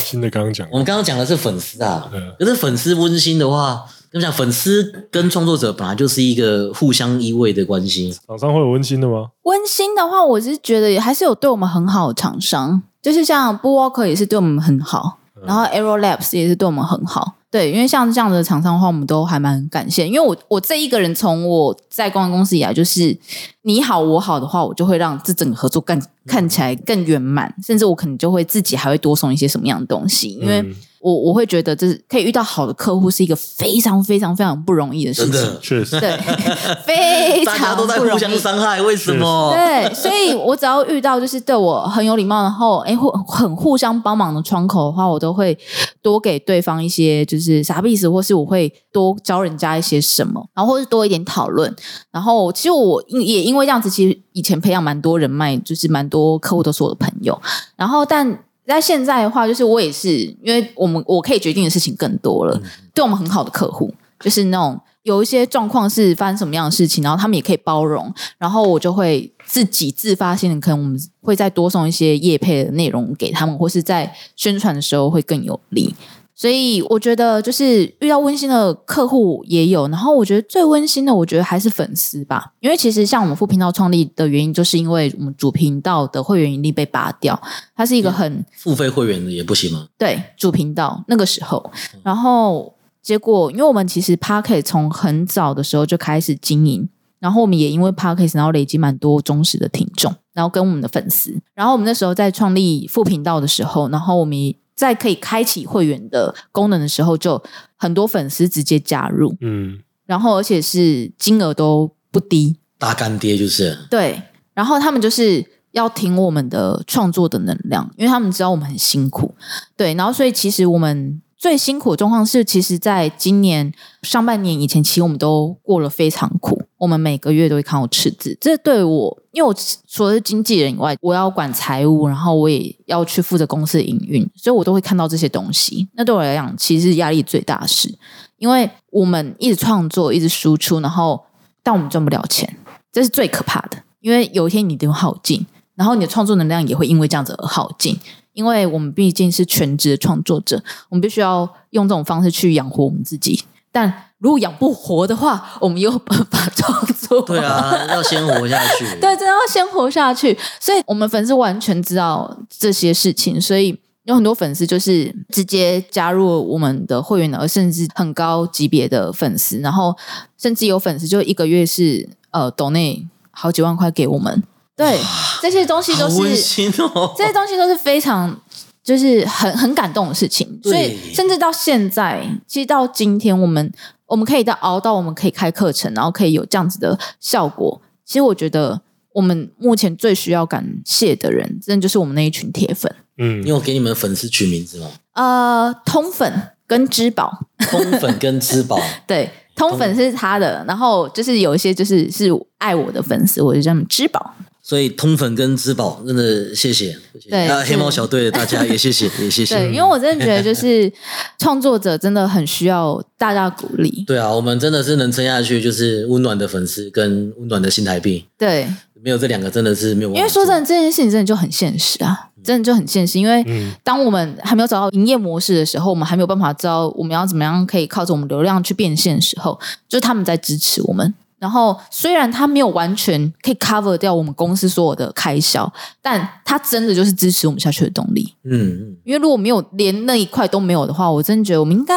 新的刚刚讲我，们刚刚讲的是粉丝啊嗯，可是粉丝温馨的话，跟你讲，粉丝跟创作者本来就是一个互相依偎的关系。厂商会有温馨的吗？温馨的话，我是觉得还是有对我们很好的厂商，就是像 b o o Walker 也是对我们很好，嗯然后 Aero Labs 也是对我们很好。对，因为像这样的厂商的话，我们都还蛮感谢。因为我我这一个人从我在公关公司以来，就是你好我好的话，我就会让这整个合作嗯更看起来更圆满，甚至我可能就会自己还会多送一些什么样的东西，因为嗯我我我会觉得这是可以遇到好的客户是一个非常非常非常不容易的事真情，的，确实，对， (laughs) 非大家常都在不容互易相伤害，为什么？对，所以我只要遇到就是对我很有礼貌，然后哎，互很互相帮忙的窗口的话，我都会多给对方一些就是啥意思，或是我会多教人家一些什么，然后或是多一点讨论。然后其实我因也因为这样子，其实以前培养蛮多人脉，就是蛮多客户都是我的朋友。然后但。在现在的话，就是我也是，因为我们我可以决定的事情更多了，对我们很好的客户，就是那种有一些状况是发生什么样的事情，然后他们也可以包容，然后我就会自己自发性的，可能我们会再多送一些业配的内容给他们，或是在宣传的时候会更有力。所以我觉得，就是遇到温馨的客户也有，然后我觉得最温馨的，我觉得还是粉丝吧，因为其实像我们副频道创立的原因，就是因为我们主频道的会员盈利被拔掉，它是一个很付费会员的也不行吗？对主频道那个时候，然后结果因为我们其实 Pocket 从很早的时候就开始经营，然后我们也因为 Pocket 然后累积蛮多忠实的听众，然后跟我们的粉丝，然后我们那时候在创立副频道的时候，然后我们也在可以开启会员的功能的时候，就很多粉丝直接加入，嗯，然后而且是金额都不低，大干爹就是，对，然后他们就是要挺我们的创作的能量，因为他们知道我们很辛苦。对，然后所以其实我们最辛苦的状况是，其实在今年上半年以前，其实我们都过了非常苦，我们每个月都会看到赤字。这对我，因为我除了是经纪人以外，我要管财务，然后我也要去负责公司的营运，所以我都会看到这些东西。那对我来讲，其实是压力最大的事，因为我们一直创作，一直输出，然后但我们赚不了钱。这是最可怕的，因为有一天你都耗尽，然后你的创作能量也会因为这样子而耗尽。因为我们毕竟是全职的创作者，我们必须要用这种方式去养活我们自己。但如果养不活的话，我们又 (laughs) 有办法创作。对 (laughs) 啊，要先活下去。对，真的要先活下去。所以我们粉丝完全知道这些事情，所以有很多粉丝就是直接加入我们的会员额，甚至很高级别的粉丝，然后甚至有粉丝就一个月是呃抖内好几万块给我们。对，这些东西好都温是馨哦。这些东西都是非常就是很很感动的事情，对所以甚至到现在，其实到今天，我们我们可以到熬到我们可以开课程，然后可以有这样子的效果。其实我觉得我们目前最需要感谢的人，真的就是我们那一群铁粉，嗯你，有给你们粉丝取名字吗？呃，通粉跟知宝，空粉跟知 (laughs) 宝，对。通粉是他的，然后就是有一些就是是爱我的粉丝，我就叫他们知宝。所以通粉跟知宝真的谢谢。谢谢对那是黑猫小队的大家也谢 (laughs) 谢，也谢谢。对，因为我真的觉得就是创作者真的很需要大家鼓励。对啊，我们真的是能撑下去，就是温暖的粉丝跟温暖的新台币，对，没有这两个真的是没有办法。因为说真的，这件事情真的就很现实啊，真的就很现实。因为嗯当我们还没有找到营业模式的时候，我们还没有办法知道我们要怎么样可以靠着我们流量去变现的时候，就是他们在支持我们。然后虽然他没有完全可以 cover 掉我们公司所有的开销，但他真的就是支持我们下去的动力。嗯，嗯，因为如果没有连那一块都没有的话，我真的觉得我们应该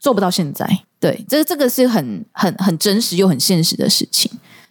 做不到现在。对，这这个是很很很真实又很现实的事情。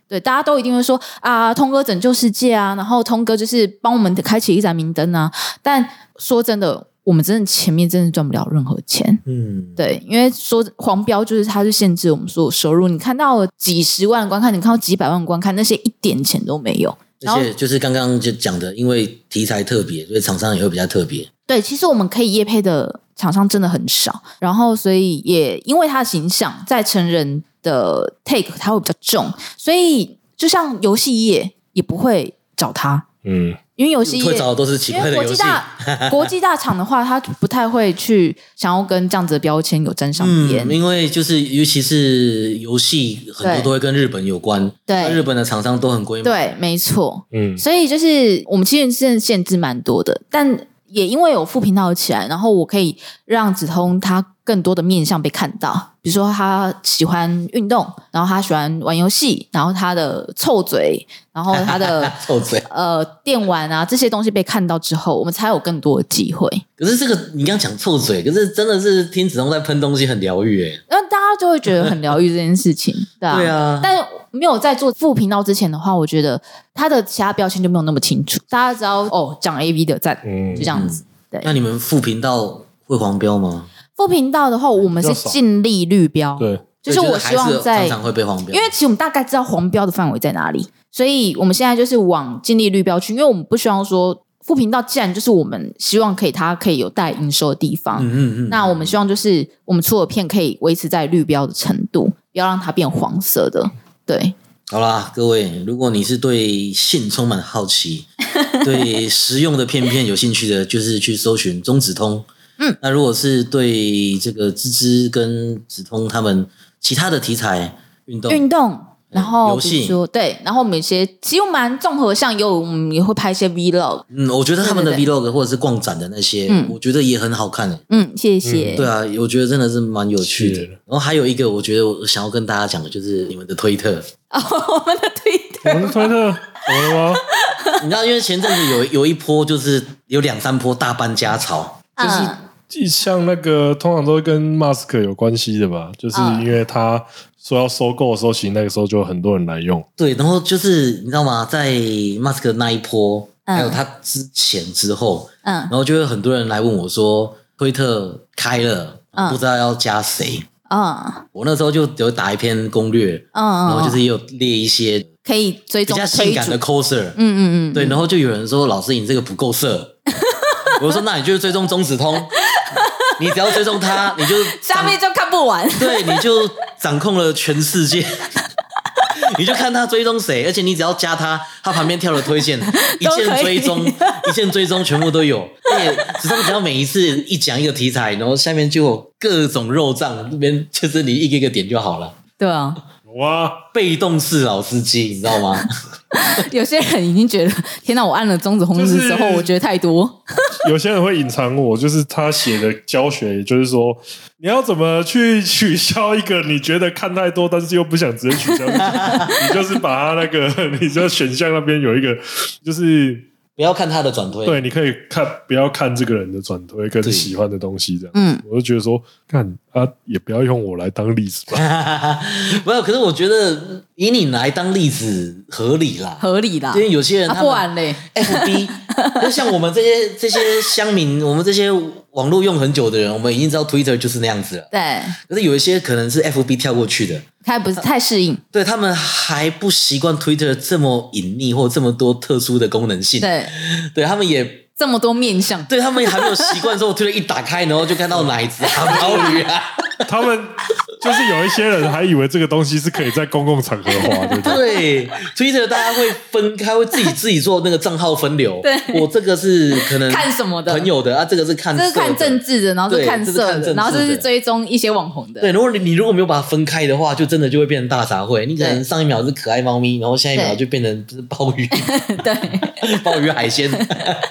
对，大家都一定会说啊，通哥拯救世界啊，然后通哥就是帮我们开启一盏明灯啊。但说真的，我们真的前面真的赚不了任何钱。嗯，对，因为说黄标就是它是限制我们所有收入，你看到几十万的观看，你看到几百万的观看，那些一点钱都没有。然后而且就是刚刚就讲的，因为题材特别，所以厂商也会比较特别。对，其实我们可以业配的厂商真的很少，然后所以也因为他的形象在成人的 take 他会比较重，所以就像游戏业也不会找他，嗯，因为游戏会业找的都是奇因怪为的国游际戏， (laughs) 大国际大厂的话，他不太会去想要跟这样子的标签有沾上边。嗯，因为就是尤其是游戏，很多对都会跟日本有关，那日对本的厂商都很规模，对，没错。嗯，所以就是我们其实是限制蛮多的，但也因为有副频道起来，然后我可以让子通他更多的面向被看到，比如说他喜欢运动，然后他喜欢玩游戏，然后他的臭嘴，然后 (laughs) 他的臭嘴。呃电玩啊这些东西被看到之后，我们才有更多的机会。可是这个你刚刚讲臭嘴，可是真的是听子龙在喷东西很疗愈诶。那大家就会觉得很疗愈这件事情，对啊。对啊，但没有在做副频道之前的话，我觉得他的其他标签就没有那么清楚，大家知道哦，讲 A V 的赞，嗯就这样子。对，那你们副频道会黄标吗？副频道的话，我们是比较少尽力绿标，对，就是对我希望还在是常常会被黄标，因为其实我们大概知道黄标的范围在哪里，所以我们现在就是往尽力绿标去，因为我们不希望说副频道既然就是我们希望可以它可以有带营收的地方，嗯嗯嗯，那我们希望就是我们出的片可以维持在绿标的程度，不要让它变黄色的。对，好啦，各位，如果你是对性充满好 (laughs) 奇，对实用的片片有兴趣的，就是去搜寻中子通。嗯，那如果是对这个芝芝跟子通他们其他的题材运动，嗯运动。然后游戏比如说对，然后我们有些其实我蛮综合项，有我们也会拍一些 vlog，嗯，我觉得他们的对 vlog 或者是逛展的那些，嗯我觉得也很好看、欸。嗯，谢谢。对啊，我觉得真的是蛮有趣的。是然后还有一个，我觉得我想要跟大家讲的就是你们的推 (laughs) 特。哦，我们的推特我们推特怎么了吗？你知道，因为前阵子有有一波，就是有两三波大搬家潮，就是既像那个通常都跟 Mask 有关系的吧，就是嗯因为他说要收购的时候，其实那个时候就有很多人来用。对，然后就是你知道吗，在 Mask 那一波，嗯还有他之前之后，嗯然后就会很多人来问我说，推特开了，嗯不知道要加谁。嗯我那时候就有打一篇攻略，嗯嗯，然后就是也有列一些可以追比踪较推性主感的 coser，嗯嗯嗯，对，然后就有人说老师你这个不够色， (laughs) 我说那你就是追踪中子通，你只要追踪他，你就 (laughs) 下面就看不完。对，你就掌控了全世界。 (laughs) 你就看他追踪谁，而且你只要加他，他旁边跳的推荐，一都可以键追 (laughs) 踪，一键追踪全部都有。而且只要只要每一次一讲一个题材，然后下面就有各种肉账，那边就是你一个一个点就好了。对 (laughs) 啊，哇，被动式老司机，你知道吗？ (laughs) 有些人已经觉得，天哪！我按了中子红日之后，就是我觉得太多。有些人会隐藏我，就是他写的教学，也就是说你要怎么去取消一个你觉得看太多，但是又不想直接取消，你就是把他那个， (laughs) 你就选项那边有一个，就是不要看他的转推，对，你可以看不要看这个人的转推跟对喜欢的东西这样。嗯，我就觉得说，看啊，也不要用我来当例子吧。 (laughs) 没有。可是我觉得以你来当例子合理啦，合理啦因。为有些人啊，他不们然嘞， (laughs) FB，就像我们这些这些乡民，我们这些网络用很久的人，我们已经知道 Twitter 就是那样子了。对，可是有一些可能是 FB 跳过去的，他不是太适应。对他们还不习惯 Twitter 这么隐匿或这么多特殊的功能性，对，对他们也这么多面相，对他们还没有习惯。之后 Twitter 一打开，然后就看到奶子 (laughs) 啊、毛驴啊，他们就是有一些人还以为这个东西是可以在公共场合花的，对不 (laughs) 对？对 Twitter 大家会分开，会自己自己做那个账号分流。对我这个是可能看什么的朋友的啊，这个是看这是色看的政治的，然后是对看这是看色政治的，然后这是的追踪一些网红的。对，如果你你如果没有把它分开的话，就真的就会变成大杂烩。你可能对上一秒是可爱猫咪，然后下一秒对就变成就是鲍鱼、对，鲍鱼海鲜。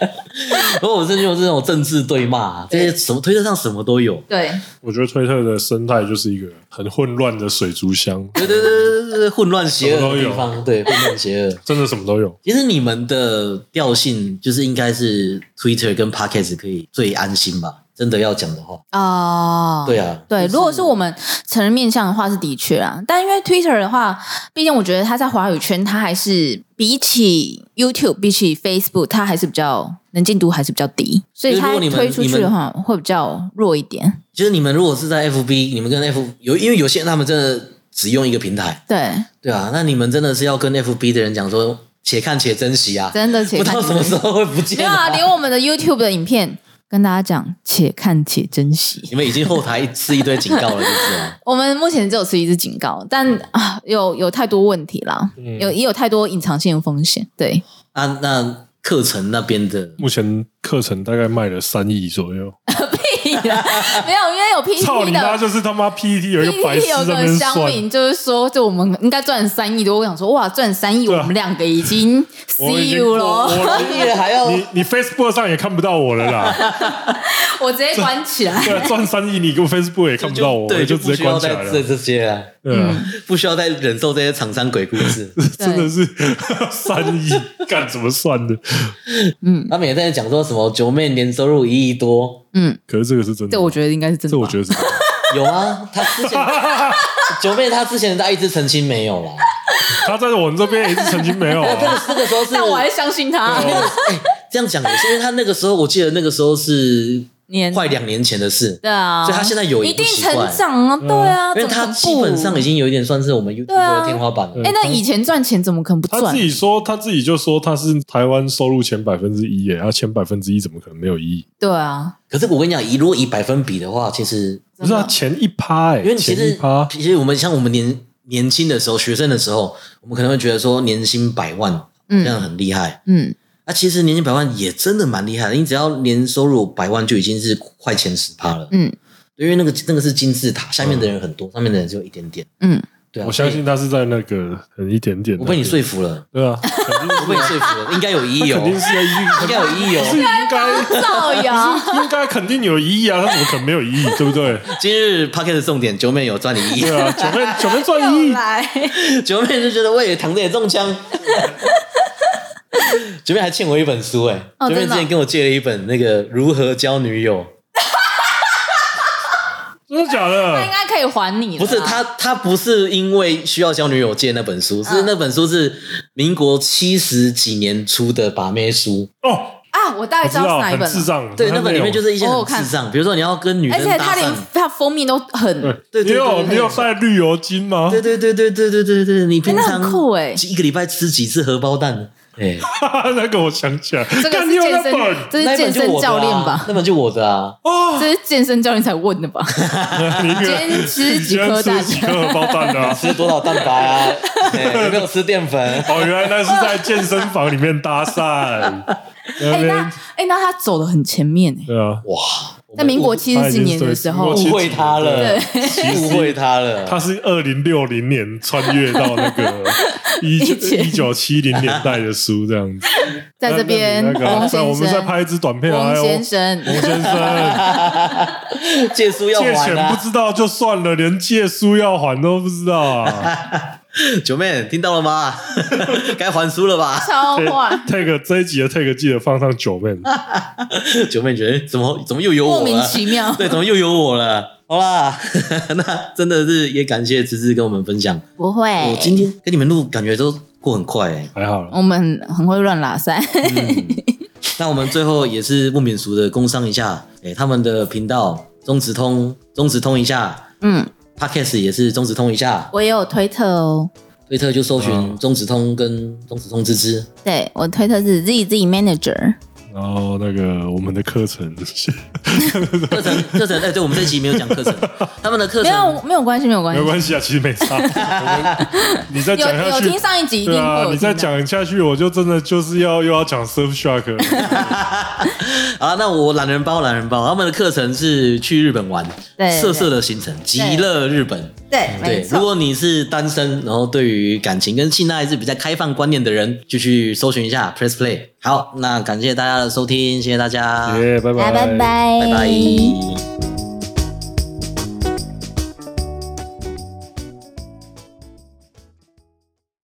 然后我真的有这种政治对骂、这些什么推特上什么都有。对，我觉得推特的生态就是一个很混乱的水族箱，对对对对对，混乱邪什么恶都的有地方，对混乱邪恶。真的什么都有。其实你们的调性就是应该是 Twitter 跟 Podcast 可以最安心吧？真的要讲的话，哦，对啊，对，如果是我们成人面向的话，是的确啊。但因为 Twitter 的话，毕竟我觉得它在华语圈，它还是比起 YouTube、比起 Facebook，它还是比较能进度还是比较低，所以就是如它果你们推出去的话会比较弱一点。就是你们如果是在 FB，你们跟 F 有，因为有些人他们真的只用一个平台。对，对啊，那你们真的是要跟 FB 的人讲说，且看且珍惜啊，真的且不知看道且什么时候会不见、 (laughs) 没有啊，连我们的 YouTube 的影片跟大家讲，且看且珍惜。 (laughs) 你们已经后台吃一堆警告了，就是 (laughs) 了。我们目前只有吃一次警告，但啊，有有太多问题啦，嗯有也有太多隐藏性的风险。对，啊，那课程那边的目前课程大概卖了三亿左右， (laughs) 没有，因为有 PPT 的，操你妈！就是他妈 PPT 有一个白痴 PPT 有在那个边乡 (laughs) 算，民就是说，就我们应该赚三亿多。我想说，哇，赚三亿，对啊我们两个已经我已 see 经 you 我了，我专业还要你你 Facebook 上也看不到我了啦，啊 (laughs) 我直接关起来。对啊，赚三亿，你给我 Facebook 也看不到我，我对，就不需直接要关起来再了这。这些啊，对啊，不需要再忍受这些厂商鬼故事。 (laughs) 真的是 (laughs) 三亿，干怎么算的？他们也在讲说什么九妹年收入一亿多，可是这个是真的，这我觉得应该是真的这吧。我觉得是真的。有啊，他之 (laughs) 前九妹她之前她一直澄清没有啦，他在我们这边也是曾经没有啊、那个时候是但我还相信他。哎，这样讲也是，因为他那个时候，我记得那个时候是年快两年前的事，对啊，所以他现在有也一不定奇怪成长嗯啊，对啊，因为怎么他可基不本上已经有一点算是我们 YouTube 啊的天花板了。哎，那以前赚钱怎么可能不他赚自？己说，他自己就说他是台湾收入前百分之一耶，他啊前百分之一怎么可能没有一亿？对啊，可是我跟你讲，以如果以百分比的话，其实不是啊，前一趴哎，因为你其前一实趴，其实我们像我们年年轻的时候，学生的时候，我们可能会觉得说年薪百万这样嗯很厉害。嗯，那、其实年薪百万也真的蛮厉害的，你只要年收入百万就已经是快前十趴了。嗯对，因为那个那个是金字塔，下面的人很多，上面的人只有一点点。嗯，对啊，嗯我相信他是在那个很一点所以点那边，我被你说服了，对啊，肯定我被你说服了，应该有 (laughs) 一亿哦，肯定应是 (laughs) 要一亿，肯该有一亿是哦。应 (laughs) 该造谣，应该肯定有一亿啊，他怎么可能没有一亿？对不对？今日 p o c k e t 重点，九妹有赚你一亿对，啊，九妹九妹赚一亿，啊来，九妹就觉得喂，躺着也中枪。九妹还欠我一本书哎、哦九妹真之的哦前跟我借了一本那个《如何交女友》，真的他假应的？该可以还你不了啦。是他，他不是因为需要交女友借那本书，是那本书是民国七十几年出的把妹书。哦，啊，我大我概知知道是道，哪一很本智了，障。。对，那本里面就是是一些哦我很看智障，比如说你要跟女而生且他搭连讪，他封面都很，对你对有对你有戴绿油精吗？对对对对对对对对，你平那常很酷欸一个礼拜吃几次荷包蛋？哎， (laughs) 那个我想起来，这个干是你有健那身本，这那是一本健就身我的啊教练吧？那本就我的啊，哦，这是健身教练才问的吧？ (laughs) (laughs) 你今天吃几颗蛋？几颗荷包蛋的啊、吃多少蛋白啊？哎有没有吃淀粉？哦，原来那是在健身房里面搭讪。哎，那那边哎，那他走的很前面哎，对啊，哇，我们在民国误七十几年的时他候已，经误会他了，误会他他了。是二零六零年穿越到那个 (laughs) 一九一九七零年代的书这样子。在这边那那你那个啊翁那我先们再生，拍一支短片啊，翁哎先翁生，翁先生借书要借还钱不啊，知道就算了，连借书要还都不知道啊！九妹听到了吗？该还书了吧？超坏， take 这一集的 take 记得放上九妹， (laughs) 九妹觉得怎么怎么又有我莫名啊了？其妙。 (laughs) 对，怎么又有我了？好啦， (laughs) 那真的是也感谢芝芝跟我们分享。不会，我今天跟你们录，感觉都过很快 (laughs) 哎、还好啦我们很很会乱拉塞，那我们最后也是不免俗的工商一下，哎、他们的频道中直通，中直通一下嗯， ，Podcast 也是中直通一下，我也有推特哦，推特就搜寻嗯中直通跟中直通芝芝。对我推特是 Z Z Manager，然后那个我们的课程，课程课程，哎、对我们这期没有讲 (laughs) 课程，他们的课没程有没有关系，没有关没系有，关系啊，其实没差。我们你再有讲下有去听，上一集一定对会有听啊到，你再讲下去，我就真的就是要又要讲 Surfshark 了。 (laughs) 啊，那我懒人包懒人包，他们的课程是去日本玩，对对色色的行程，极乐日本。嗯对，没对，如错，果你是单身，然后对于感情跟性爱是比较开放观念的人，就去搜寻一下 Press Play。好，那感谢大家的收听，谢谢大家，耶，拜来拜拜拜拜。